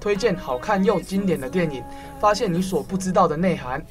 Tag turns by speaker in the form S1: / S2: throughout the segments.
S1: 推荐好看又经典的电影，发现你所不知道的内涵。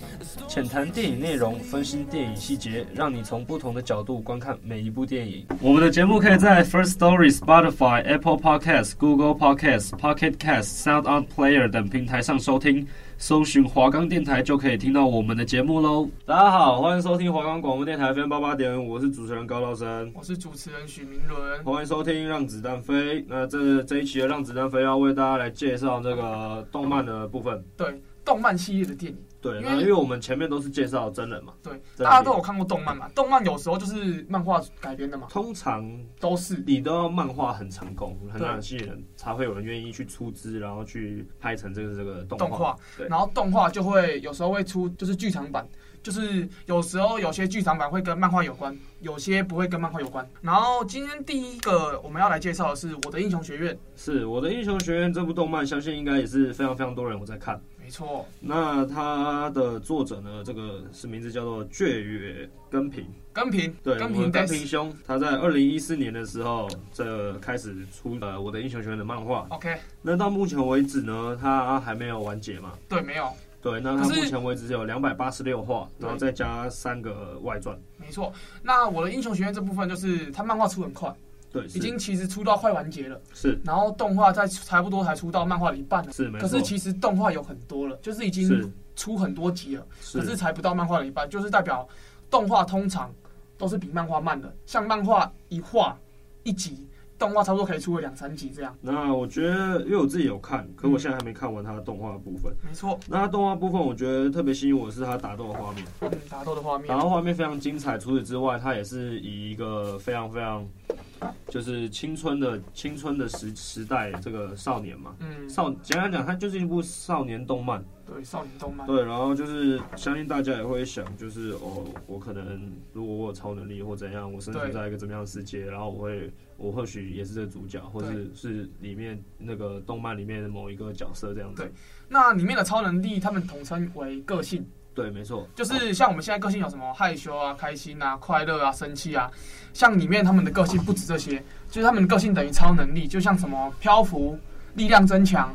S2: 浅谈电影内容，分析电影细节，让你从不同的角度观看每一部电影。我们的节目可以在 First Story、Spotify、Apple Podcasts、Google Podcasts、Pocket Casts、Sound On Player 等平台上收听，搜寻华冈电台就可以听到我们的节目喽。大家好，欢迎收听华冈广播电台 FM 八八点五，我是主持人高道生。
S1: 我是主持人许明伦，
S2: 欢迎收听《让子弹飞》。那这这一期的《让子弹飞》要为大家来介绍这个动漫的部分。
S1: 对动漫系列的电影，
S2: 对，
S1: 因为
S2: 那因为我们前面都是介绍真人嘛，
S1: 对
S2: 真人
S1: 大家都有看过动漫嘛？动漫有时候就是漫画改编的嘛，
S2: 通常
S1: 都是
S2: 你都要漫画很成功，很
S1: 对
S2: 难吸引人，才会有人愿意去出资，然后去拍成这个这个动
S1: 动画
S2: 对，
S1: 然后动画就会有时候会出就是剧场版。就是有时候有些剧场版会跟漫画有关，有些不会跟漫画有关。然后今天第一个我们要来介绍的是《我的英雄学院》，
S2: 是我的《英雄学院》这部动漫，相信应该也是非常非常多人有在看。
S1: 没错，
S2: 那它的作者呢，这个是名字叫做雀野根平。
S1: 跟平，
S2: 对，
S1: 跟
S2: 我
S1: 平
S2: 们甘
S1: Death
S2: 平兄，他在二零一四年的时候，这开始出呃我的英雄学院的漫画。
S1: OK，
S2: 那到目前为止呢，他还没有完结嘛？
S1: 对，没有，
S2: 对，那他
S1: 可是
S2: 目前为止有两百八十六话，
S1: 对
S2: 然后再加三个外传。
S1: 没错。那我的英雄学院这部分就是它漫画出很快，
S2: 对，是
S1: 已经其实出到快完结了，
S2: 是
S1: 然后动画在差不多才出到漫画的一半了。
S2: 是没
S1: 可
S2: 错，
S1: 是其实动画有很多了，就是已
S2: 是
S1: 经出很多集了，可是
S2: 是
S1: 才不到漫画的一半，就是代表动画通常都是比漫画慢的，像漫画一画一集，动画差不多可以出个两三集这样。
S2: 那我觉得，因为我自己有看，可
S1: 嗯
S2: 我现在还没看完他的动画部分。
S1: 没错，
S2: 那他动画部分，我觉得特别吸引我的是他打斗的画面，
S1: 嗯，打斗的画面
S2: 打，斗画面非常精彩。除此之外，他也是以一个非常非常就是青春的青春的时时代这个少年嘛，
S1: 嗯，
S2: 少简单讲，它就是一部少年动漫，
S1: 对，少年动漫，
S2: 对，然后就是相信大家也会想，就是哦，我可能如果我有超能力或怎样，我身处
S1: 对
S2: 在一个怎么样的世界，然后我会，我或许也是这个主角，或是是里面那个动漫里面的某一个角色这样子。
S1: 那里面的超能力他们统称为个性。
S2: 对，没错，
S1: 就是像我们现在个性有什么害羞啊、开心啊、快乐啊、生气啊，像里面他们的个性不止这些，就是他们的个性等于超能力，就像什么漂浮、力量增强、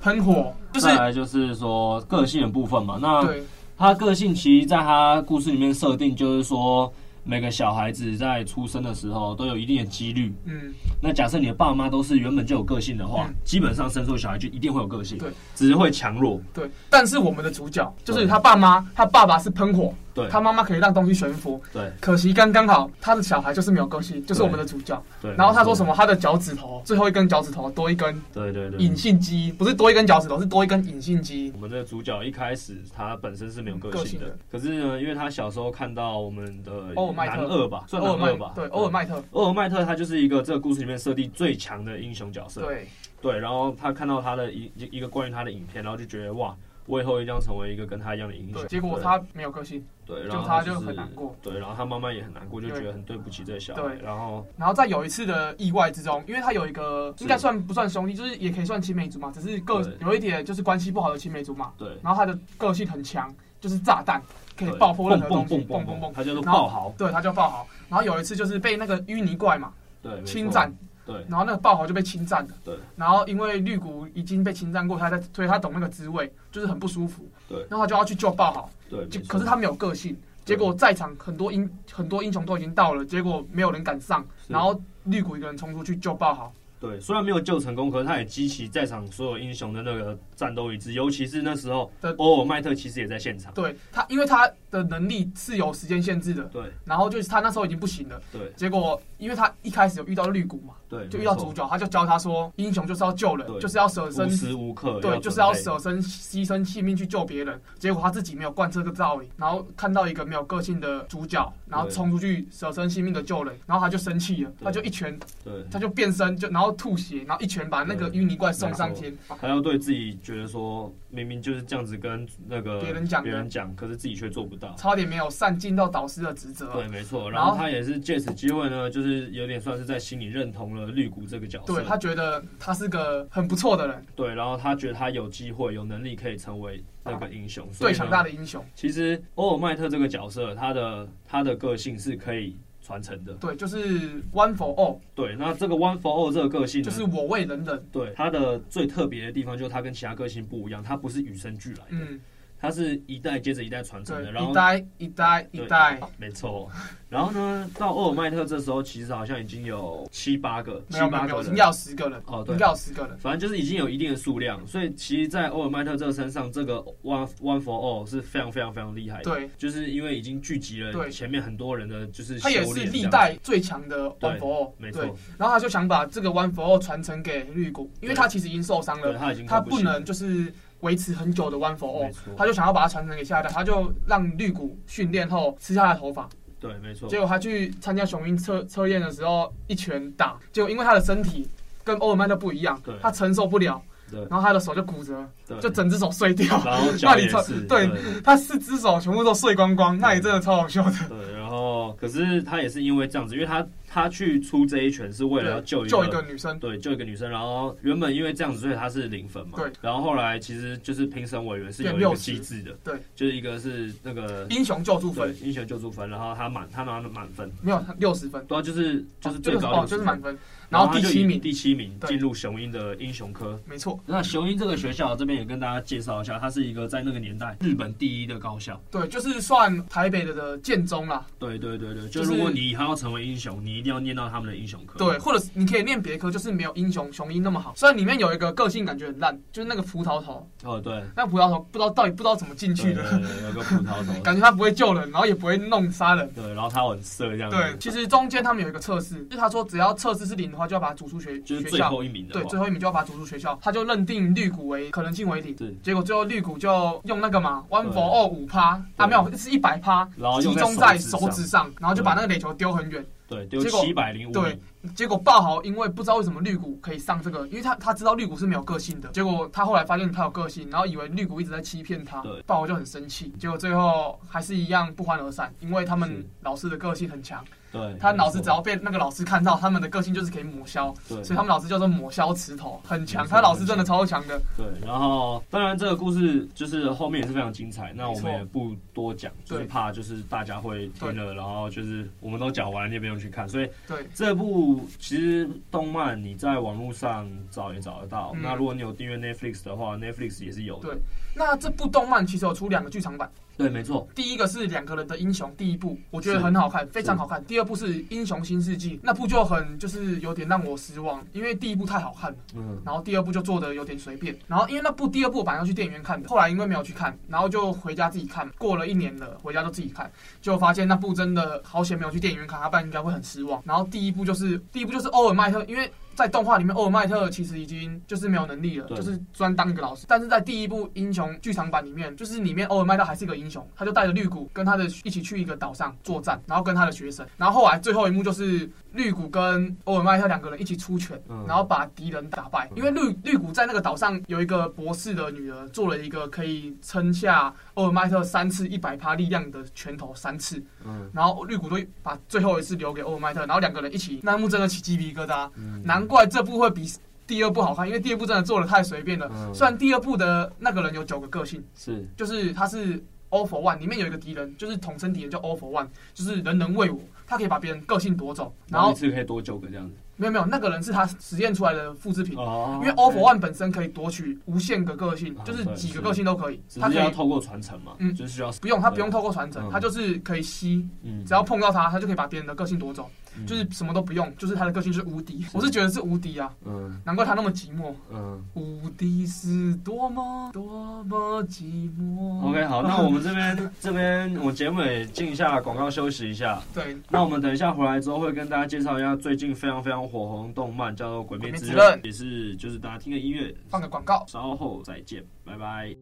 S1: 喷火，就是
S2: 再来就是说个性的部分嘛。那
S1: 对
S2: 他个性其实在他故事里面设定就是说。每个小孩子在出生的时候都有一定的几率。
S1: 嗯，
S2: 那假设你的爸妈都是原本就有个性的话，
S1: 嗯
S2: 基本上生出的小孩就一定会有个性，
S1: 对，
S2: 只是会强弱。
S1: 对。但是我们的主角就是他爸妈，他爸爸是喷火，
S2: 对，
S1: 他妈妈可以让东西悬浮，
S2: 对
S1: 可惜刚刚好他的小孩就是没有个性，就是我们的主角。
S2: 对。
S1: 然后他说什
S2: 么？
S1: 么？他的脚趾头最后一根脚趾头多一根
S2: 对对对。
S1: 隐性基因，不是多一根脚趾头，是多一根隐性基因。
S2: 我们的主角一开始他本身是没有个
S1: 个
S2: 性
S1: 性
S2: 的，
S1: 的
S2: 可是呢，因为他小时候看到我们的
S1: 欧尔麦
S2: 男
S1: 特
S2: 二吧，算
S1: 欧
S2: 男
S1: 尔
S2: 二
S1: 麦
S2: 吧，
S1: 对，欧尔麦特，
S2: 欧尔麦特他就是一个这个故事里面设定最强的英雄角色，
S1: 对，
S2: 对然后他看到他的一一一个关于他的影片，然后就觉得哇，我以后一定要成为一个跟他一样的英雄
S1: 对。。结果
S2: 对
S1: 他没有个性。
S2: 对，
S1: 就
S2: 然后
S1: 他
S2: 就
S1: 就是很难过，
S2: 对，然后他妈妈也很难过，就觉得很对不起这个小孩，
S1: 对
S2: 然后
S1: 然后在有一次的意外之中，因为他有一个
S2: 是
S1: 应该算不算兄弟，就是也可以算青梅竹马，只是个
S2: 对
S1: 有一点就是关系不好的青梅竹马。
S2: 对，
S1: 然后他的个性很强，就是炸弹，可以
S2: 对
S1: 爆破任何
S2: 蹦
S1: 东西，
S2: 蹦蹦
S1: 蹦
S2: 蹦
S1: 蹦
S2: 蹦，
S1: 蹦。
S2: 他叫做
S1: 然后
S2: 爆豪，
S1: 对，他就爆豪。然后有一次就是被那个淤泥怪嘛
S2: 对，没错
S1: 侵占，，
S2: 对
S1: 然后那个爆豪就被侵占了。
S2: 对。
S1: 然后因为绿谷已经被侵占过，他在，所以他懂那个滋味，就是很不舒服。
S2: 对
S1: 然后他就要去救爆豪，
S2: 对，
S1: 就
S2: 没错
S1: 可是他没有个性，结果在场很多英很多英雄都已经到了，结果没有人敢上，
S2: 是
S1: 然后绿谷一个人冲出去救爆豪，
S2: 对，虽然没有救成功，可是他也激起在场所有英雄的那个战斗意志，尤其是那时候
S1: 的
S2: 欧尔麦特其实也在现场。
S1: 对他，因为他的能力是有时间限制的，
S2: 对
S1: 然后就是他那时候已经不行了，
S2: 对
S1: 结果因为他一开始有遇到绿谷嘛，
S2: 对，
S1: 就遇到主角，他就教他说，英雄就是要救人，
S2: 对
S1: 就是要舍
S2: 没错
S1: 身
S2: 无时无刻
S1: 对，就是要
S2: 准备
S1: 舍身牺牲性命去救别人，结果他自己没有贯彻这个道理，然后看到一个没有个性的主角，然后
S2: 对
S1: 冲出去舍身性命的救人，然后他就生气了，
S2: 对
S1: 他就一拳，
S2: 对，
S1: 他就变身，就然后吐血，然后一拳把那个
S2: 对
S1: 淤泥怪送上天。
S2: 还要对自己觉得说明明就是这样子跟那个
S1: 别人讲的
S2: 别人讲，可是自己却做不到。
S1: 差点没有善尽到导师的职责。
S2: 对，没错。
S1: 然
S2: 然
S1: 后
S2: 后他也是借此机会呢，就是有点算是在心里认同了绿谷这个角色。
S1: 对他觉得他是个很不错的人，
S2: 对，然后他觉得他有机会、有能力可以成为那个英雄，所以
S1: 最
S2: 呢
S1: 强大的英雄。
S2: 其实欧尔麦特这个角色，他的他的个性是可以传承的。
S1: 对，就是 one for all，
S2: 对，那这个 One for All 这个个性呢，
S1: 就是我为人人。
S2: 对他的最特别的地方，就是他跟其他个性不一样，他不是与生俱来的，
S1: 嗯，
S2: 他是一代接着一代传承
S1: 对
S2: 的。然，后
S1: 一代一代一
S2: 对
S1: 代，
S2: 没错。然后呢，到欧尔麦特这时候，其实好像已经有七八个，
S1: 没
S2: 七
S1: 有没有
S2: 八
S1: 没
S2: 个
S1: 有，
S2: 人
S1: 应该有十个人，
S2: 哦，
S1: 应
S2: 对
S1: 该，有十个人。
S2: 反正就是已经有一定的数量，所以其实，在欧尔麦特这身上，这个 one one for all 是非常非常非常厉害的。
S1: 对，
S2: 就是因为已经聚集了
S1: 对
S2: 前面很多人的，就是
S1: 他也
S2: 修
S1: 是
S2: 炼
S1: 历
S2: 这样
S1: 代最强的 One
S2: 对
S1: for All，
S2: 没
S1: 对
S2: 错，
S1: 然后他就想把这个 One for All 传承给绿谷，因
S2: 对
S1: 为他其实已经受伤
S2: 对，
S1: 了，
S2: 他已经
S1: 他
S2: 快不
S1: 不
S2: 行了
S1: 能就是维持很久的 One for
S2: 没
S1: All，
S2: 错
S1: 他就想要把它传承给下一代，他就让绿谷训练后吃下他的头发，
S2: 对，没错，
S1: 结果他去参加雄鹰测测验的时候一拳打，结果因为他的身体跟欧尔曼特不一样
S2: 对，
S1: 他承受不了，
S2: 对
S1: 然后他的手就骨折，
S2: 对，
S1: 就整只手碎掉，
S2: 然后脚也
S1: 那你
S2: 是
S1: 这对
S2: 对
S1: 他四只手全部都碎光光，那也真的超好笑的。
S2: 对，然后可是他也是因为这样子，因为他他去出这一拳是为了要救一
S1: 救
S2: 个
S1: 一个女生，
S2: 对，就一个女生，然后原本因为这样子，所以她是零分嘛。
S1: 对。
S2: 然后后来其实就是评审委员是有
S1: 变
S2: 一个
S1: 60
S2: 机制的，
S1: 对，
S2: 就是一个是那个
S1: 英雄救助
S2: 对
S1: 分
S2: 英雄救助分，然后他满他拿了满分，
S1: 没有六十分。
S2: 对啊，就是就是
S1: 哦
S2: 最高
S1: 哦，
S2: 60
S1: 就是满分，
S2: 然
S1: 然
S2: 后
S1: 后
S2: 他
S1: 第
S2: 就
S1: 七
S2: 以
S1: 名，
S2: 第七名
S1: 对
S2: 进入雄鹰的英雄科。
S1: 没错，
S2: 那雄鹰这个学校这边也跟大家介绍一下，它是一个在那个年代日本第一的高校。
S1: 对，就是算台北的的建中啦，
S2: 对对对对，就
S1: 就是
S2: 如果你以后要成为英雄，你一定要念到他们的英雄科。
S1: 对，或者是你可以念别科，就是没有英雄雄鹰那么好。虽然里面有一个个性感觉很烂，就是那个葡萄头，
S2: 哦对，
S1: 那葡萄头不知道到底不知道怎么进去
S2: 对对
S1: 的，
S2: 对，有个葡萄 头，
S1: 感觉他不会救人，然后也不会弄杀人。
S2: 对，然后他很色这样子。
S1: 对，其实中间他们有一个测试，就是他说只要测试是零的话，就要把他逐出学
S2: 就是
S1: 学
S2: 最
S1: 校。
S2: 后一名的
S1: 对，
S2: 话，
S1: 最后一名就要把他逐出学校，他就认定绿谷为可能性为零。
S2: 对
S1: 结果最后绿谷就用那个嘛，one
S2: 对
S1: for all 五趴
S2: 对
S1: 啊，没有是一百趴，
S2: 然后
S1: 集
S2: 用
S1: 中
S2: 在
S1: 在
S2: 手
S1: 手
S2: 指上嗯
S1: 指上，然后就把那个垒球丢很远。
S2: 对丢
S1: 结果
S2: 七百零五
S1: 对
S2: 名，
S1: 结果爆豪因为不知道为什么绿谷可以上这个，因为他他知道绿谷是没有个性的，结果他后来发现他有个性，然后以为绿谷一直在欺骗他
S2: 对，
S1: 爆豪就很生气，结果最后还是一样不欢而散，因为他
S2: 是
S1: 们老师的个性很强，
S2: 对，
S1: 他老师只要被那个老师看到，他们的个性就是可以抹消，
S2: 对
S1: 所以他们老师叫做抹消磁头，很强，
S2: 没错
S1: 他老师真的超强的，
S2: 对，然后当然这个故事就是后面也是非常精彩，那我们
S1: 没错
S2: 也不多讲，就是
S1: 对
S2: 怕就是大家会听了，然后就是我们都讲完，你也不用去看，所以
S1: 对
S2: 这部其实动漫你在网络上找也找得到，
S1: 嗯
S2: 那如果你有订阅 Netflix 的话，Netflix 也是有的，
S1: 对。那这部动漫其实有出两个剧场版，
S2: 对，没错，
S1: 第一个是两个人的英雄，第一部我觉得很好看，非常好看。第二部是英雄新世纪，那部就很就是有点让我失望，因为第一部太好看了，
S2: 嗯，
S1: 然后第二部就做的有点随便。然后因为那部第二部我本来要去电影院看的，后来因为没有去看，然后就回家自己看。过了一年了，回家就自己看，就发现那部真的好险没有去电影院看，要不然应该会很失望。然后第一部就是第一部就是欧尔麦特，因为。在动画里面，欧尔麦特其实已经就是没有能力了，
S2: 对
S1: 就是专当一个老师。但是在第一部英雄剧场版里面，就是里面欧尔麦特还是一个英雄，他就带着绿谷跟他的一起去一个岛上作战，然后跟他的学生。然后后来最后一幕就是绿谷跟欧尔麦特两个人一起出拳，
S2: 嗯
S1: 然后把敌人打败。因为绿绿谷在那个岛上有一个博士的女儿，做了一个可以撑下欧尔麦特三次一百趴力量的拳头三次，
S2: 嗯，
S1: 然后绿谷都把最后一次留给欧尔麦特，然后两个人一起，那幕真的起鸡皮疙瘩。
S2: 嗯
S1: 难怪这部会比第二部好看，因为第二部真的做的太随便了。
S2: 嗯
S1: 虽然第二部的那个人有九个个性，
S2: 是
S1: 就是他是 all for one，里面有一个敌人，就是统称敌人叫 all for one，就是人人为我，他可以把别人个性夺走。然
S2: 然后
S1: 后
S2: 一次可以多久个这样子？
S1: 没有没有，那个人是他实验出来的复制品，
S2: 哦
S1: 因为 all for one 本身可以夺取无限个个性
S2: 啊，
S1: 就是
S2: 对
S1: 几
S2: 是
S1: 个个性都可以，
S2: 只
S1: 他
S2: 是
S1: 可
S2: 要
S1: 以。
S2: 透过传承嘛，
S1: 嗯
S2: 就是需要，
S1: 不用，他
S2: 对
S1: 不用透过传承
S2: 嗯，
S1: 他就是可以吸，
S2: 嗯
S1: 只要碰到他，他就可以把别人的个性夺走，
S2: 嗯
S1: 就是什么都不用，就是他的个性是无敌。我是觉得是无敌啊，
S2: 嗯
S1: 难怪他那么寂寞。
S2: 嗯。
S1: 无敌是多么多么寂寞。
S2: OK，好， 那我们这边这边我节目也进一下广告休息一下。
S1: 对
S2: 那我们等一下回来之后会跟大家介绍一下最近非常非常火红动漫叫做《鬼灭之刃
S1: 鬼灭之》，刃
S2: 也是就是大家听个音乐，
S1: 放个广告。
S2: 稍后再见，拜拜。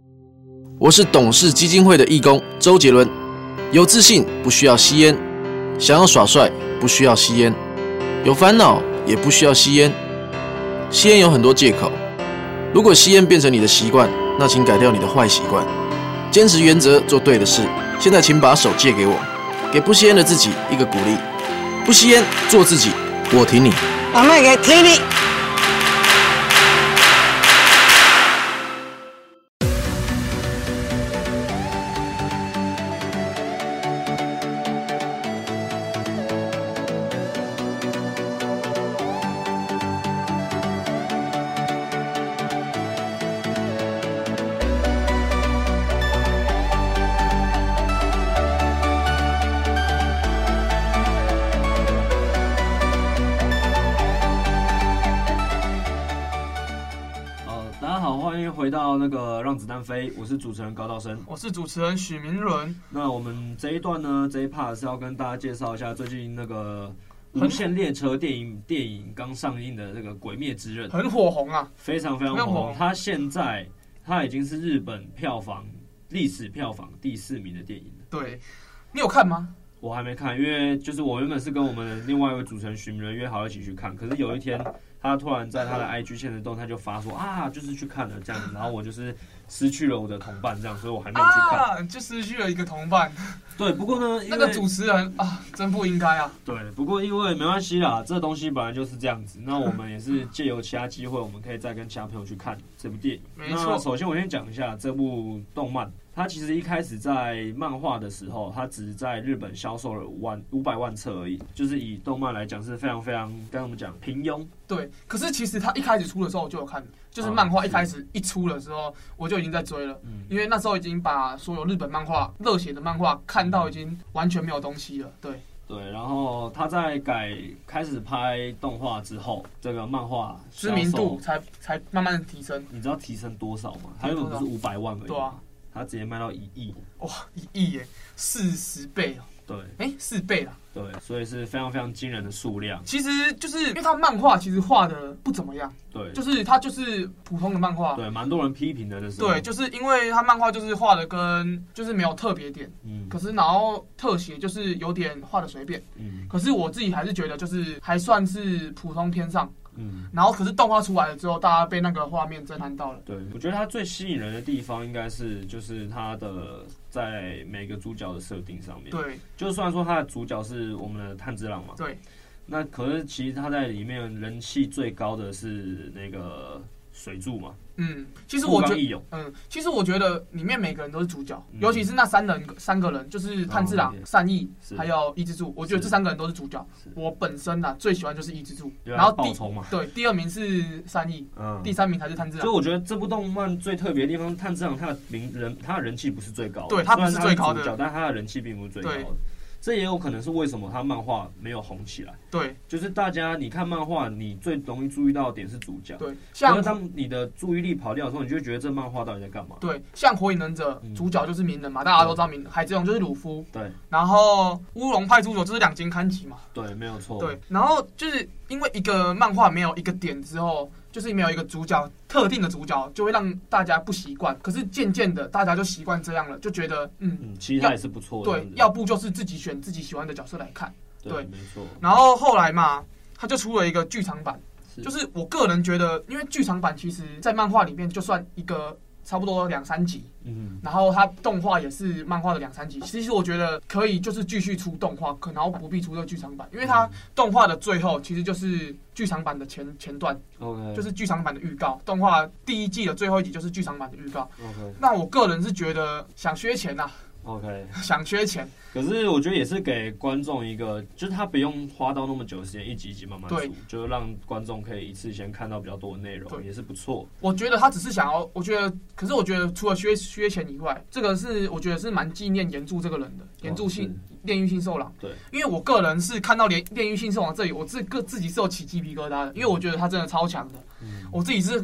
S3: 我是董事基金会的义工周杰伦。有自信不需要吸烟，想要耍帅不需要吸烟，有烦恼也不需要吸烟。吸烟有很多借口，如果吸烟变成你的习惯，那请改掉你的坏习惯，坚持原则，做对的事。现在请把手借给我，给不吸烟的自己一个鼓励。不吸烟，做自己，我挺你。
S4: 我卖给 t v
S2: 呃，大家好，欢迎回到那个《让子弹飞》，我是主持人高道生。
S1: 我是主持人许明伦，
S2: 那我们这一段呢，这一 part 是要跟大家介绍一下最近那个《无限列车》电影电影刚上映的这个《鬼灭之刃》，
S1: 很火红啊，
S2: 非常非常
S1: 非常
S2: 红
S1: 红。
S2: 它现在它已经是日本票房历史票房第四名的电影了。
S1: 对。你有看吗？
S2: 我还没看，因为就是我原本是跟我们另外一位主持人许明伦约好一起去看，可是有一天他突然在他的 IG 现实动态就发说啊，就是去看了这样子，然后我就是失去了我的同伴这样，所以我还没有去看。
S1: 啊，就失去了一个同伴，
S2: 对，不过呢，因
S1: 那
S2: 为
S1: 个主持人啊，真不应该啊。
S2: 对，不过因为没关系啦，这东西本来就是这样子。那我们也是借由其他机会，我们可以再跟其他朋友去看这部电影。
S1: 没
S2: 那
S1: 错
S2: 首先我先讲一下这部动漫，它其实一开始在漫画的时候，它只在日本销售了五万五百万册而已，就是以动漫来讲是非常非常跟我们讲平庸。
S1: 对，可是其实他一开始出的时候我就有看，就是
S2: 啊
S1: 漫画一
S2: 是
S1: 开始一出的时候，我就已经在追了，
S2: 嗯，
S1: 因为那时候已经把所有日本漫画热血的漫画看到已经完全没有东西了。对，
S2: 对。然后它在改开始拍动画之后，这个漫画
S1: 知名
S2: 销售
S1: 度才才慢慢的提升。
S2: 你知道提升多少吗？它原本不是五百万而已，
S1: 对啊，
S2: 它直接卖到一亿。
S1: 哇，一亿耶，四十倍哦，
S2: 对。
S1: 哎，四倍啦。
S2: 对，所以是非常非常惊人的数量。
S1: 其实就是因为他漫画其实画的不怎么样，
S2: 对，
S1: 就是他就是普通的漫画。
S2: 对，蛮多人批评的，就是
S1: 对，就是因为他漫画就是画的跟就是没有特别点，
S2: 嗯
S1: 可是然后特写就是有点画的随便。
S2: 嗯
S1: 可是我自己还是觉得，就是还算是普通偏上。
S2: 嗯，
S1: 然后，可是动画出来了之后，大家被那个画面震撼到了。
S2: 对，我觉得它最吸引人的地方应该是就是它的在每个主角的设定上面。，
S1: 对
S2: 就虽然说它的主角是我们的炭治郎嘛，
S1: 对，
S2: 那可是其实他在里面人气最高的是那个水柱嘛，
S1: 嗯，其
S2: 其
S1: 实我觉
S2: 义勇，
S1: 嗯，其实我觉得里面每个人都是主角，
S2: 嗯
S1: 尤其是那三人三个人，就是炭治郎
S2: 哦、对
S1: 善逸
S2: 是
S1: 还有伊之助，我觉得
S2: 是
S1: 这三个人都是主角
S2: 是。
S1: 我本身啊最喜欢就是伊之助，
S2: 对啊
S1: 然后
S2: 报
S1: 第
S2: 仇嘛，
S1: 对第二名是善逸，
S2: 嗯
S1: 第三名才是啊炭治
S2: 就
S1: 郎。
S2: 我觉得这部动漫最特别的地方，炭治郎他的名人，他的人气不是最高的，
S1: 对他不是
S2: 虽然
S1: 最高的
S2: 主角，但他的人气并不是最高的
S1: 对。
S2: 这也有可能是为什么他漫画没有红起来，
S1: 对
S2: 就是大家你看漫画，你最容易注意到的点是主角，
S1: 对，
S2: 可
S1: 像
S2: 是当你的注意力跑掉的时候，你就会觉得这漫画到底在干嘛？
S1: 对像火影忍者
S2: 嗯
S1: 主角就是鸣人嘛，大家都知道鸣人，海贼王就是鲁夫，
S2: 对
S1: 然后乌龙派出所就是两金刊吉嘛，
S2: 对，没有错。
S1: 对，然后就是因为一个漫画没有一个点之后，就是没有一个主角特定的主角，就会让大家不习惯。可是渐渐的，大家就习惯这样了，就觉得嗯，
S2: 嗯，其实他也是不错的这
S1: 对
S2: 样，子。
S1: 要不就是自己选自己喜欢的角色来看。
S2: 对，
S1: 对
S2: 没错，
S1: 然后后来嘛，他就出了一个剧场版，
S2: 是
S1: 就是我个人觉得，因为剧场版其实在漫画里面就算一个差不多两三集，
S2: 嗯，
S1: 然后它动画也是漫画的两三集，其实我觉得可以就是继续出动画，可然后不必出这个剧场版，因为它动画的最后其实就是剧场版的前前段，
S2: OK，
S1: 就是剧场版的预告，动画第一季的最后一集就是剧场版的预告。
S2: OK
S1: 那我个人是觉得想缺钱呐、
S2: OK。
S1: 想缺钱，
S2: 可是我觉得也是给观众一个，就是他不用花到那么久的时间，一集一集慢慢
S1: 对
S2: 出，就是让观众可以一次先看到比较多的内容，
S1: 对
S2: 也是不错。
S1: 我觉得他只是想要，我觉得，可是我觉得除了缺缺钱以外，这个是我觉得是蛮纪念岩柱这个人的，岩柱
S2: 是
S1: 信炼狱信受狼。
S2: 对，
S1: 因为我个人是看到连炼狱信兽王这里，我自个自己是有起鸡皮疙瘩的，因为我觉得他真的超强的，
S2: 嗯
S1: 我自己是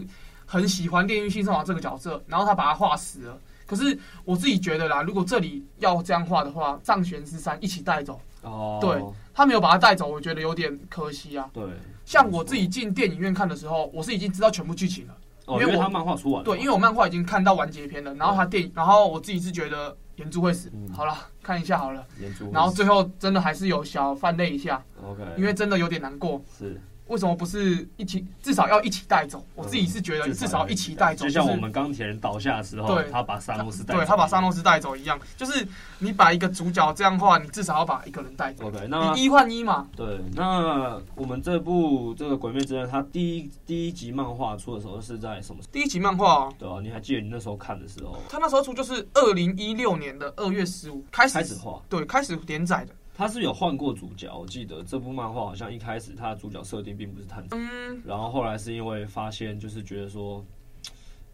S1: 很喜欢炼狱信兽王这个角色，然后他把他画死了。可是我自己觉得啦，如果这里要这样画的话，藏玄之山一起带走，
S2: 哦，
S1: 对他没有把他带走，我觉得有点可惜啊。
S2: 对，
S1: 像我自己进电影院看的时候，我是已经知道全部剧情了，
S2: 哦，
S1: 因
S2: 因
S1: 为
S2: 为
S1: 我
S2: 他漫画出完了，
S1: 对，因为我漫画已经看到完结篇了，然后他电影，然后我自己是觉得岩珠会死
S2: 嗯，
S1: 好了，看一下好了，
S2: 演出会，
S1: 然后最后真的还是有小泛泪一下，
S2: OK，
S1: 因为真的有点难过。
S2: 是
S1: 为什么不是一起？至少要一起带走。我自己是觉得
S2: 嗯
S1: 至少一起带走，
S2: 就像
S1: 是
S2: 我们钢铁人倒下的时候，
S1: 对
S2: 他把萨诺斯带走，
S1: 对他把沙诺斯带走一样，就是你把一个主角这样的话，你至少要把一个人带走。
S2: OK，那
S1: 你一换一嘛，
S2: 对，那我们这部这个《鬼灭之刃》，它第一第一集漫画出的时候是在什么时候？
S1: 第一集漫画、哦，
S2: 对啊，你还记得你那时候看的时候
S1: 他那时候出就是二零一六年的二月十五开始，
S2: 开始画，
S1: 对，开始连载的。
S2: 它是有换过主角。我记得这部漫画好像一开始它的主角设定并不是炭治，
S1: 嗯，
S2: 然后后来是因为发现就是觉得说，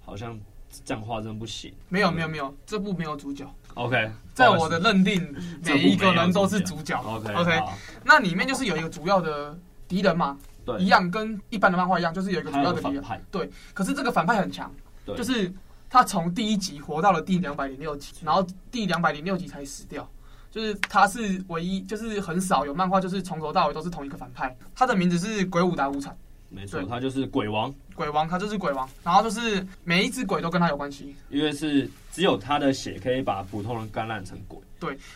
S2: 好像这样画真的不行。
S1: 没有没有没有，这部没有主角，
S2: OK，
S1: 在我的认定，
S2: 这部
S1: 每
S2: 没有
S1: 一个人都是主角。
S2: OK
S1: OK，
S2: 好
S1: 那里面就是有一个主要的敌人嘛，
S2: 对，
S1: 一样跟一般的漫画一样，就是有一个主
S2: 它
S1: 要
S2: 有个
S1: 的敌
S2: 反
S1: 人。
S2: 派，
S1: 可是这个反派很强，
S2: 对
S1: 就是他从第一集活到了第两百零六集，然后第两百零六集才死掉。就是他是唯一，就是很少有漫画，就是从头到尾都是同一个反派。他的名字是鬼舞达无惨，
S2: 没错，
S1: 对
S2: 他就是鬼王，
S1: 鬼王，他就是鬼王。然后就是每一只鬼都跟他有关系，
S2: 因为是只有他的血可以把普通人感染成鬼。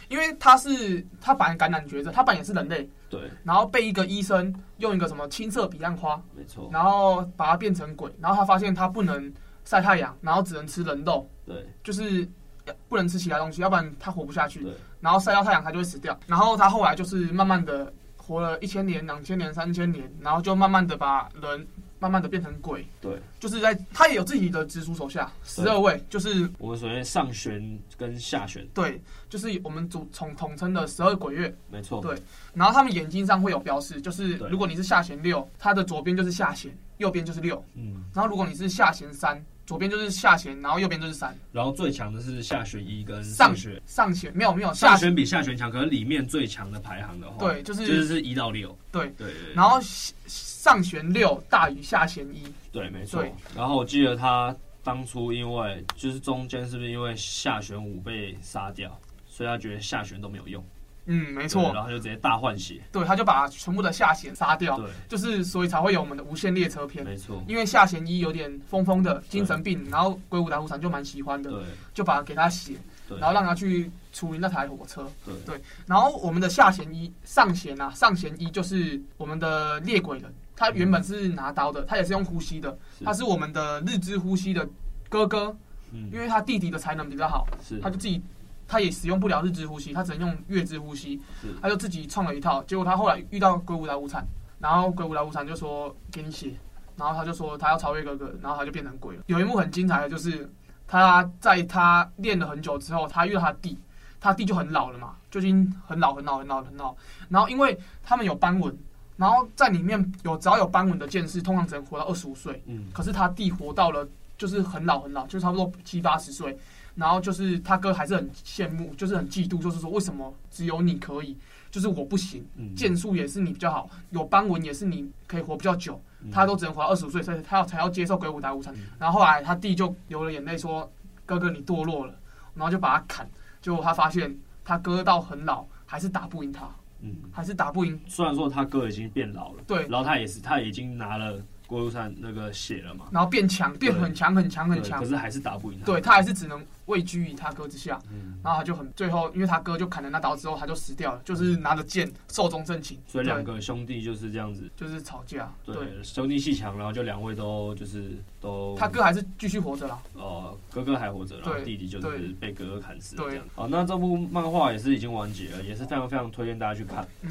S1: 因为他是他本来感染绝症，他本来也是人类，
S2: 对，
S1: 然后被一个医生用一个什么青色彼岸花，
S2: 没错，
S1: 然后把它变成鬼，然后他发现他不能晒太阳，然后只能吃人肉，
S2: 对
S1: 就是呃不能吃其他东西，要不然他活不下去。
S2: 对。
S1: 然后晒到太阳它就会死掉。然后它后来就是慢慢的活了一千年、两千年、三千年，然后就慢慢的把人慢慢的变成鬼。
S2: 对，
S1: 就是在它也有自己的直属手下十二位，就是
S2: 我们首先上旋跟下旋，
S1: 对，就是我们组统统称的十二鬼月。
S2: 没错，
S1: 对然后他们眼睛上会有标示，就是
S2: 对
S1: 如果你是下弦六，它的左边就是下弦，右边就是六；
S2: 嗯，
S1: 然后如果你是下弦三，左边就是下弦，然后右边就是三。
S2: 然后最强的是下旋一跟
S1: 上
S2: 旋，
S1: 上弦没有没有
S2: 上
S1: 下弦，
S2: 旋比下旋强，可是里面最强的排行的话，
S1: 对，就是、
S2: 就是是一到六，
S1: 对
S2: 对对，
S1: 然后上弦六大于下弦一，
S2: 对没错
S1: 对，
S2: 然后我记得他当初因为就是中间是不是因为下旋五被杀掉，所以他觉得下旋都没有用，
S1: 嗯，没
S2: 没
S1: 错，
S2: 然后就直接大换血，
S1: 对，他就把全部的下弦杀掉，
S2: 对，
S1: 就是所以才会有我们的无限列车篇。
S2: 没错，
S1: 因为下弦一有点疯疯的精神病，然后鬼舞打虎伞就蛮喜欢的，
S2: 对
S1: 就把给他血，
S2: 对，
S1: 然后让他去处理那台火车。
S2: 对
S1: 然后我们的下弦一上弦啊，上弦一就是我们的猎鬼人，他原本是拿刀的，他也是用呼吸的，
S2: 是
S1: 他是我们的日之呼吸的哥哥，
S2: 嗯
S1: 因为他弟弟的才能比较好，
S2: 是
S1: 他就自己他也使用不了日之呼吸，他只能用月之呼吸
S2: 是，
S1: 他就自己创了一套。结果他后来遇到鬼舞来无惨，然后鬼舞来无惨就说给你血，然后他就说他要超越哥哥，然后他就变成鬼了。有一幕很精彩的就是他在他练了很久之后，他遇到他弟，他弟就很老了嘛，就已经很老很老很老很老。然后因为他们有斑纹，然后在里面有只要有斑纹的剑士，通常只能活到二十五岁。
S2: 嗯
S1: 可是他弟活到了就是很老很老，就差不多七八十岁，然后就是他哥还是很羡慕，就是很嫉妒，就是说为什么只有你可以，就是我不行，
S2: 嗯
S1: 剑术也是你比较好，有斑纹也是你可以活比较久，
S2: 嗯
S1: 他都只能活到二十五岁，所以他要才要接受鬼舞打五场
S2: 嗯。
S1: 然后后来他弟就流了眼泪说：“哥哥你堕落了。”然后就把他砍，结果他发现他哥到很老还是打不赢他，
S2: 嗯。
S1: 还是打不赢。
S2: 虽然说他哥已经变老了，
S1: 对
S2: 然后他也是他已经拿了郭路山那个血了嘛，
S1: 然后变强，变
S2: 对
S1: 很强，很强，很
S2: 对
S1: 强
S2: 可。是还是打不赢他。
S1: 对他还是只能位居于他哥之下，
S2: 嗯，
S1: 然后他就很最后，因为他哥就砍了那刀之后，他就死掉了，就是拿着剑寿终正寝。
S2: 所以两个兄弟就是这样子，
S1: 对就是吵架，对，
S2: 对，兄弟戏强，然后就两位都就是都
S1: 他哥还是继续活着啦，
S2: 呃哥哥还活着，然后
S1: 对
S2: 弟弟就是
S1: 对
S2: 被哥哥砍死
S1: 对
S2: 这样。哦，那这部漫画也是已经完结了，也是非常非常推荐大家去看。
S1: 嗯，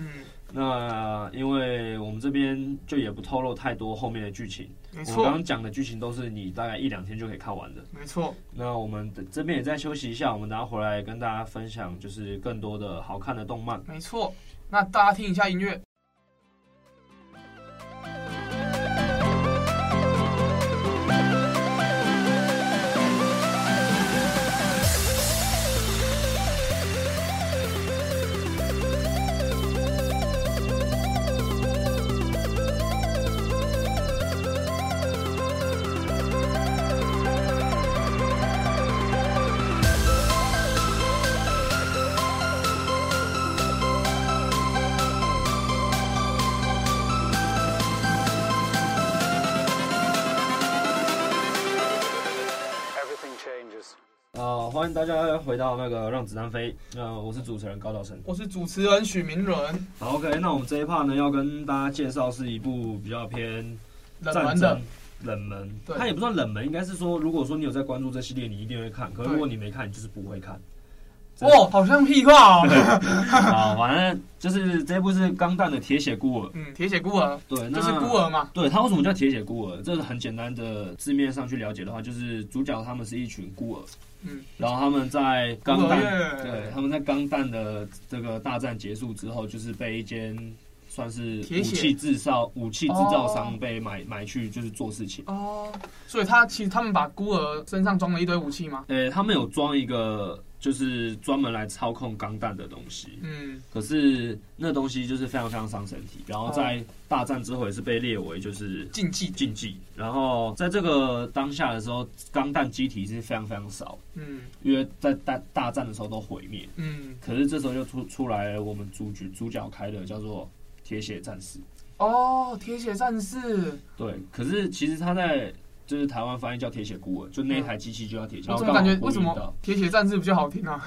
S2: 那因为我们这边就也不透露太多后面的剧情，我
S1: 没
S2: 们刚
S1: 错，
S2: 刚讲的剧情都是你大概一两天就可以看完的。
S1: 没错，
S2: 那我们这边也再休息一下，我们等下回来跟大家分享就是更多的好看的动漫。
S1: 没错。那大家听一下音乐，
S4: 「 changes.
S2: 呃，欢迎大家回到那个《让子弹飞》。呃，我是主持人高道生。
S1: 我是主持人许明伦，
S2: 好，OK，那我们这一 part 呢，要跟大家介绍是一部比较偏
S1: 冷
S2: 战
S1: 门
S2: 争
S1: 的，
S2: 冷门，
S1: 对
S2: 它也不算冷门，应该是说，如果说你有在关注这系列，你一定会看。可是
S1: 对
S2: 如果你没看，你就是不会 看。真的
S1: 哇，好像屁话 哦。
S2: 啊，反正就是这部是钢弹的铁血孤儿，
S1: 嗯，铁血孤儿
S2: 对，那
S1: 就是孤。儿嘛，
S2: 对，它为什么叫铁血孤儿？这是很简单的字面上去了解的话，就是主角他们是一群孤儿，
S1: 嗯，
S2: 然后他们在钢
S1: 孤
S2: 弹，
S1: 儿
S2: 对，
S1: 耶，
S2: 他们在钢弹的这个大战结束之后，就是被一间算是
S1: 铁
S2: 武
S1: 血
S2: 器制造武器制造商
S1: 哦
S2: 被买买去，就是做事情。
S1: 哦，所以他其实他们把孤儿身上装了一堆武器嘛，
S2: 呃，他们有装一个就是专门来操控钢弹的东西，
S1: 嗯，
S2: 可是那东西就是非常非常伤身体。然后
S1: 哦
S2: 在大战之后也是被列为就是
S1: 竞技，
S2: 禁忌。然后在这个当下的时候，钢弹机体是非常非常少，
S1: 嗯
S2: 因为在大大战的时候都毁灭。
S1: 嗯，
S2: 可是这时候就出出来了我们主角主角开的叫做铁血战士。
S1: 哦，铁血战士，
S2: 对，可是其实他在。就是台湾翻译叫铁血孤儿，就那一台机器就叫铁血。
S1: 嗯我
S2: 然后
S1: 怎么
S2: 刚好
S1: 感觉
S2: 呼
S1: 为什
S2: 应
S1: 么
S2: 到
S1: 铁血战士比较好听啊？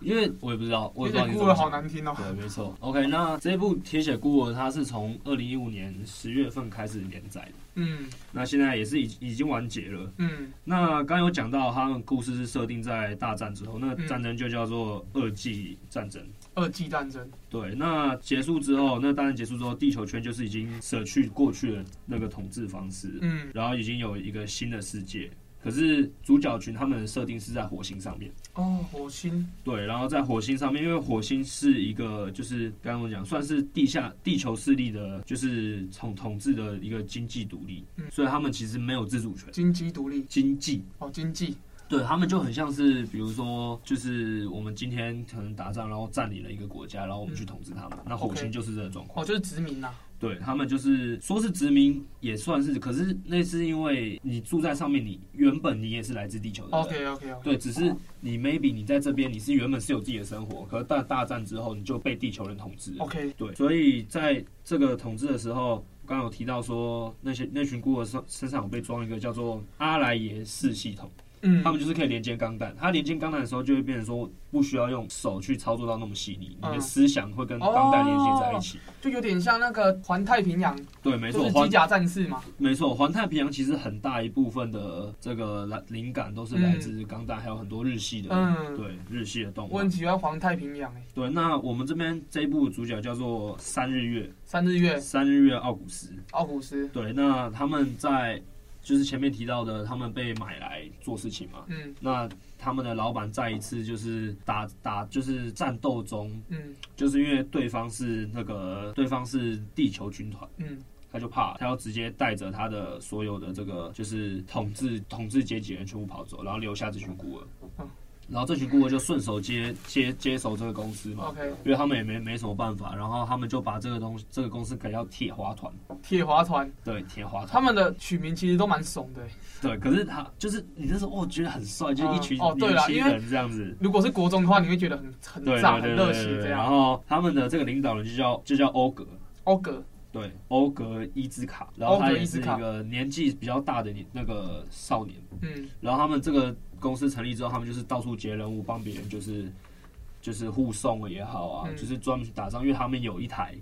S2: 因为我也不知道，我
S1: 铁
S2: 也不知道
S1: 血
S2: 你怎
S1: 孤
S2: 么
S1: 儿
S2: 想
S1: 好难听哦。
S2: 对，没错。OK，那这部《铁血孤儿》它是从二零一五年十月份开始连载的，
S1: 嗯
S2: 那现在也是已已经完结了。
S1: 嗯
S2: 那刚有讲到，他们故事是设定在大战之后，那
S1: 嗯
S2: 战争就叫做二季战争。
S1: 二季战争，
S2: 对，那结束之后，那大战结束之后，地球圈就是已经舍去过去的那个统治方式，
S1: 嗯，
S2: 然后已经有一个新的世界。可是主角群他们的设定是在火星上面。
S1: 哦，火星，
S2: 对，然后在火星上面，因为火星是一个就是刚刚我讲算是地下地球势力的，就是统统治的一个经济独立，
S1: 嗯
S2: 所以他们其实没有自主权。
S1: 经济独立，
S2: 经济
S1: 哦，经济，
S2: 对他们就很像是，比如说，就是我们今天可能打仗，然后占领了一个国家，然后我们去统治他们。那火
S1: 嗯 OK
S2: 星就是这个状况。
S1: 哦，就是殖民呐、啊，
S2: 对他们就是说是殖民也算是，可是那是因为你住在上面，你原本你也是来自地球的人。
S1: OK OK OK，
S2: 对，只是你 maybe 你在这边你是原本是有自己的生活，可是大大战之后你就被地球人统治了。
S1: OK，
S2: 对，所以在这个统治的时候，刚刚有提到说那些那群孤儿身身上有被装一个叫做阿莱耶式系统，
S1: 嗯
S2: 他，们就是可以连接钢弹。它连接钢弹的时候，就会变成说不需要用手去操作到那么细腻，你的
S1: 嗯
S2: 思想会跟钢弹连接在一起。
S1: 就有点像那个环太平洋，
S2: 对，没
S1: 就
S2: 错，
S1: 是
S2: 环
S1: 机甲战士嘛，
S2: 没错，环太平洋其实很大一部分的这个来灵感都是来自钢弹，还有很多日系的，
S1: 嗯
S2: 对日系的动
S1: 我
S2: 画
S1: 很。喜欢环太平洋诶、欸
S2: 对，那我们这边这一部的主角叫做三日月，
S1: 三日月、
S2: 三日月奥古斯。
S1: 奥古斯，
S2: 对，那他们在就是前面提到的，他们被买来做事情嘛。
S1: 嗯
S2: 那他们的老板再一次就是打打就是战斗中，
S1: 嗯
S2: 就是因为对方是那个对方是地球军团，
S1: 嗯，
S2: 他就怕他要直接带着他的所有的这个就是统治统治阶级人全部跑走，然后留下这群孤儿
S1: 嗯。
S2: 然后这群孤儿就顺手接接接手这个公司嘛。
S1: OK，
S2: 因为他们也没没什么办法，然后他们就把这个东西这个公司改叫铁花团，
S1: 铁滑团，
S2: 对，铁花团。
S1: 他们的取名其实都蛮怂的、欸。
S2: 对，可是他就是你那时候哦，觉得很帅，就是一群
S1: 嗯哦对
S2: 年
S1: 啦
S2: 轻
S1: 因为
S2: 人这样子。
S1: 如果是国中的话，你会觉得很很
S2: 对
S1: 炸、
S2: 对对
S1: 很
S2: 对
S1: 热
S2: 对
S1: 血这
S2: 对，然
S1: 样。
S2: 后他们的这个领导人就叫就叫欧格，
S1: 欧格，
S2: 对，欧格伊兹卡，然后
S1: 欧格
S2: 他也
S1: 伊
S2: 是
S1: 兹
S2: 一
S1: 卡
S2: 个年纪比较大的年那个少年。
S1: 嗯
S2: 然后他们这个公司成立之后，他们就是到处接任务，帮别人就是就是护送了也好啊，
S1: 嗯
S2: 就是专门去打仗，因为他们有一台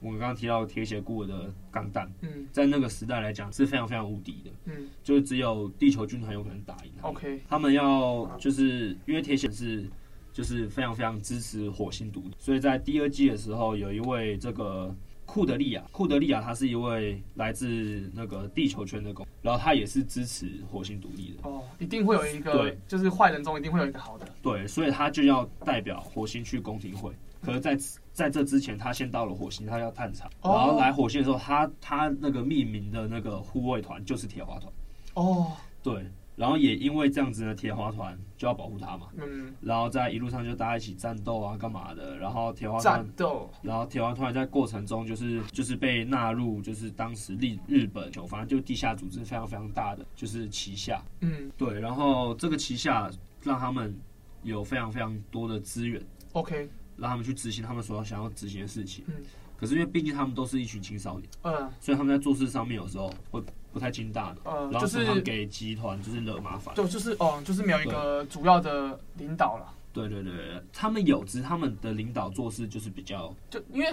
S2: 我们刚刚提到的铁血孤儿的钢弹，
S1: 嗯
S2: 在那个时代来讲是非常非常无敌的，
S1: 嗯哦
S2: 就是只有地球军团有可能打赢他们。
S1: ，OK，
S2: 他们要就是因为铁血是就是非常非常支持火星独立，所以在第二季的时候，有一位这个库德利亚，库德利亚他是一位来自那个地球圈的公，然后他也是支持火星独立的，
S1: 哦，一定会有一个
S2: 对，
S1: 就是坏人中一定会有一个好的。
S2: 对，所以他就要代表火星去公听会，可是在此。在这之前，他先到了火星，他要探查，然
S1: 哦
S2: 后来火星的时候，他他那个命名的那个护卫团就是铁花团，
S1: 哦，
S2: 对，然后也因为这样子呢，铁花团就要保护他嘛，
S1: 嗯，
S2: 然后在一路上就大家一起战斗啊，干嘛的，然后铁花
S1: 战
S2: 团，
S1: 斗，
S2: 然后铁花团在过程中就是就是被纳入就是当时日日本就反正就地下组织非常非常大的就是旗下，
S1: 嗯
S2: 对，然后这个旗下让他们有非常非常多的资源，
S1: ，OK，
S2: 让他们去执行他们所要想要执行的事情。
S1: 嗯
S2: 可是因为毕竟他们都是一群青少年，
S1: 嗯
S2: 所以他们在做事上面有时候会不太经大脑，
S1: 呃，
S2: 然后
S1: 就
S2: 常常
S1: 是
S2: 给集团就是惹麻烦。
S1: 就就是哦，就是没有一个主要的领导了。
S2: 对对对对，他们有，只是他们的领导做事就是比较
S1: 就因为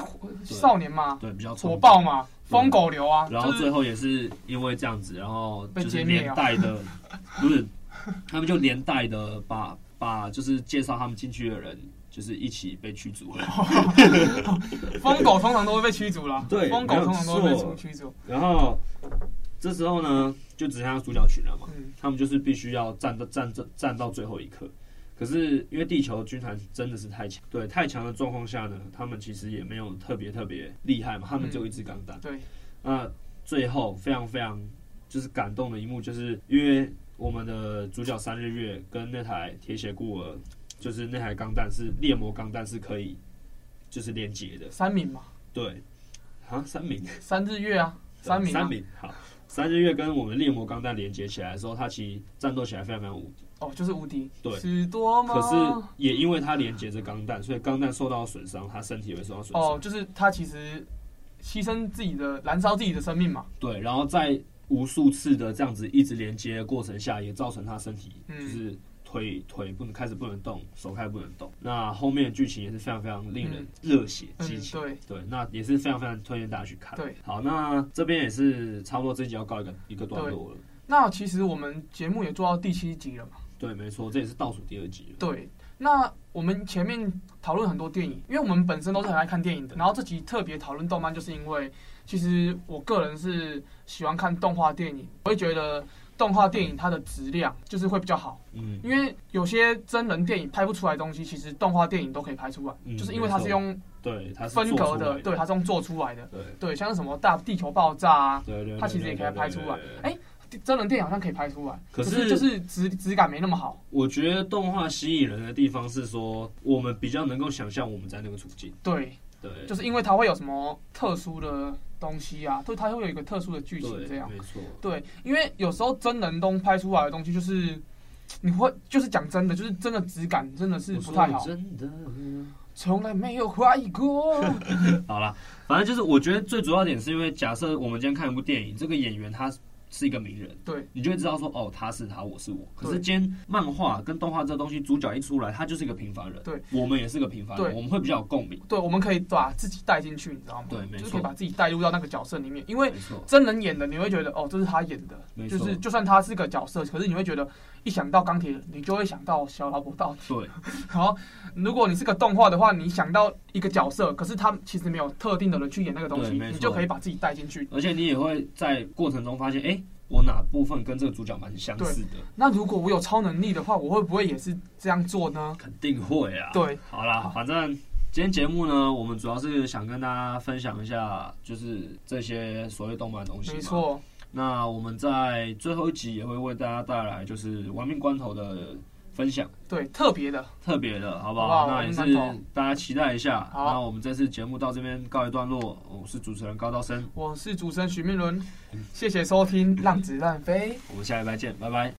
S1: 少年嘛，
S2: 对比较冲
S1: 火
S2: 动
S1: 爆，嘛，
S2: 对
S1: 疯狗流啊，
S2: 然后
S1: 就是
S2: 最后也是因为这样子，然后
S1: 被
S2: 就是
S1: 歼灭
S2: 连
S1: 啊
S2: 带 的不是，他们就连带的把把就是介绍他们进去的人就是一起被驱逐了。
S1: 哦疯狗通常都会被驱逐了。
S2: 对
S1: 疯狗通常都
S2: 没
S1: 会
S2: 有
S1: 被
S2: 错
S1: 驱驱逐。
S2: 然后这时候呢，就只剩下主角群了嘛，
S1: 嗯，
S2: 他们就是必须要站到站站站到最后一刻。可是因为地球军团真的是太强，对太强的状况下呢，他们其实也没有特别特别厉害嘛，他们
S1: 嗯
S2: 只有一支钢弹。
S1: 对，
S2: 那最后非常非常就是感动的一幕，就是因为我们的主角三日月跟那台铁血孤儿，就是那台钢弹是猎魔钢弹是可以就是连接的，
S1: 三名嘛，
S2: 对，啊三名。
S1: 三日月啊， 三名啊
S2: 三名好，三日月跟我们猎魔钢弹连接起来的时候，它其实战斗起来非常非常无敌。
S1: 哦，就是无敌。
S2: 对
S1: 是多吗？
S2: 可是也因为它连接着钢弹，所以钢弹受到损伤，它身体会受到损伤。
S1: 哦，就是他其实牺牲自己的，燃烧自己的生命嘛。
S2: 对，然后在无数次的这样子一直连接的过程下，也造成他身体
S1: 嗯
S2: 就是腿腿不能开始不能动，手开始不能动。那后面的剧情也是非常非常令人
S1: 嗯
S2: 热血
S1: 嗯
S2: 激，情。
S1: 对，
S2: 对，那也是非常非常推荐大家去看。
S1: 对，
S2: 好，那这边也是差不多这集要告一个一个段落了。
S1: 那其实我们节目也做到第七集了嘛。
S2: 对，没错，这也是倒数第二集了。
S1: 对，那我们前面讨论很多电影，因为我们本身都是很爱看电影的。然后这集特别讨论动漫，就是因为其实我个人是喜欢看动画电影，我会觉得动画电影它的质量就是会比较好，
S2: 嗯，
S1: 因为有些真人电影拍不出来的东西，其实动画电影都可以拍出来，
S2: 嗯
S1: 就是因为它是用
S2: 对，它是
S1: 分
S2: 做
S1: 隔
S2: 出
S1: 的，
S2: 来
S1: 对，它是用做出来的。
S2: 对
S1: 对，像是什么大地球爆炸啊，
S2: 对对，
S1: 它其实也可以拍出来。哎、真人电影好像可以拍出来，
S2: 可
S1: 可
S2: 是
S1: 就是质质感没那么好。
S2: 我觉得动画吸引人的地方是说，我们比较能够想象我们在那个处境。
S1: 对，
S2: 对，
S1: 就是因为它会有什么特殊的东西啊，就它会有一个特殊的剧情
S2: 对，
S1: 这样。
S2: 没错。
S1: 对，因为有时候真人东拍出来的东西，就是你会就是讲真的，就是真的质感真的是
S2: 我
S1: 不
S2: 说
S1: 太
S2: 你
S1: 好，
S2: 真的。
S1: 从来没有怀疑过。
S2: 好啦，反正就是我觉得最主要点是因为，假设我们今天看一部电影，这个演员他是一个名人，
S1: 对，
S2: 你就会知道说，哦，他是他，我是我。可是
S1: 对
S2: 今天漫画跟动画这东西，主角一出来，他就是一个平凡人，
S1: 对，
S2: 我们也是个平凡人，
S1: 对
S2: 我们会比较有共鸣。
S1: 对，我们可以把自己带进去，你知道吗？
S2: 对没
S1: 就是可
S2: 错
S1: 以把自己带入到那个角色里面，因为
S2: 没错，
S1: 真人演的，你会觉得哦，这是他演的
S2: 没，错
S1: 就是就算他是个角色，可是你会觉得一想到钢铁人，你就会想到小老婆到底。
S2: 对，
S1: 然后如果你是个动画的话，你想到一个角色，可是他其实没有特定的人去演那个东西，
S2: 对没错
S1: 你就可以把自己带进去。
S2: 而且你也会在过程中发现，哎、我哪部分跟这个主角蛮相似的？
S1: 那如果我有超能力的话，我会不会也是这样做呢？
S2: 肯定会啊。，
S1: 对，
S2: 好啦，反正今天节目呢，我们主要是想跟大家分享一下，就是这些所谓动漫的东西。
S1: 没。错，
S2: 那我们在最后一集也会为大家带来就是玩命关头的分享，
S1: 对，特别的，
S2: 特别的，好不好？
S1: 好不好
S2: 那也
S1: 玩命关
S2: 是
S1: 头
S2: 大家期待一下。
S1: 好
S2: 那我们这次节目到这边告一段落，我是主持人高道生，嗯
S1: 我是主持人许明伦，谢谢收听《让子弹飞》。
S2: 我们下礼拜见，拜拜。